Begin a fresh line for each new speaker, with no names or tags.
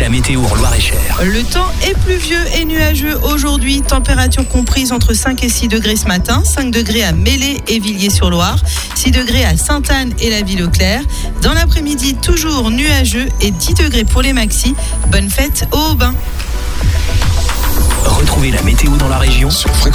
la météo en Loire-et-Cher.
Le temps est pluvieux et nuageux aujourd'hui. Température comprise entre 5 et 6 degrés ce matin. 5 degrés à Mélé et Villiers-sur-Loire. 6 degrés à Sainte-Anne et la Ville-au-Clair. Dans l'après-midi, toujours nuageux et 10 degrés pour les maxis. Bonne fête au bain.
Retrouvez la météo dans la région
sur Fréquence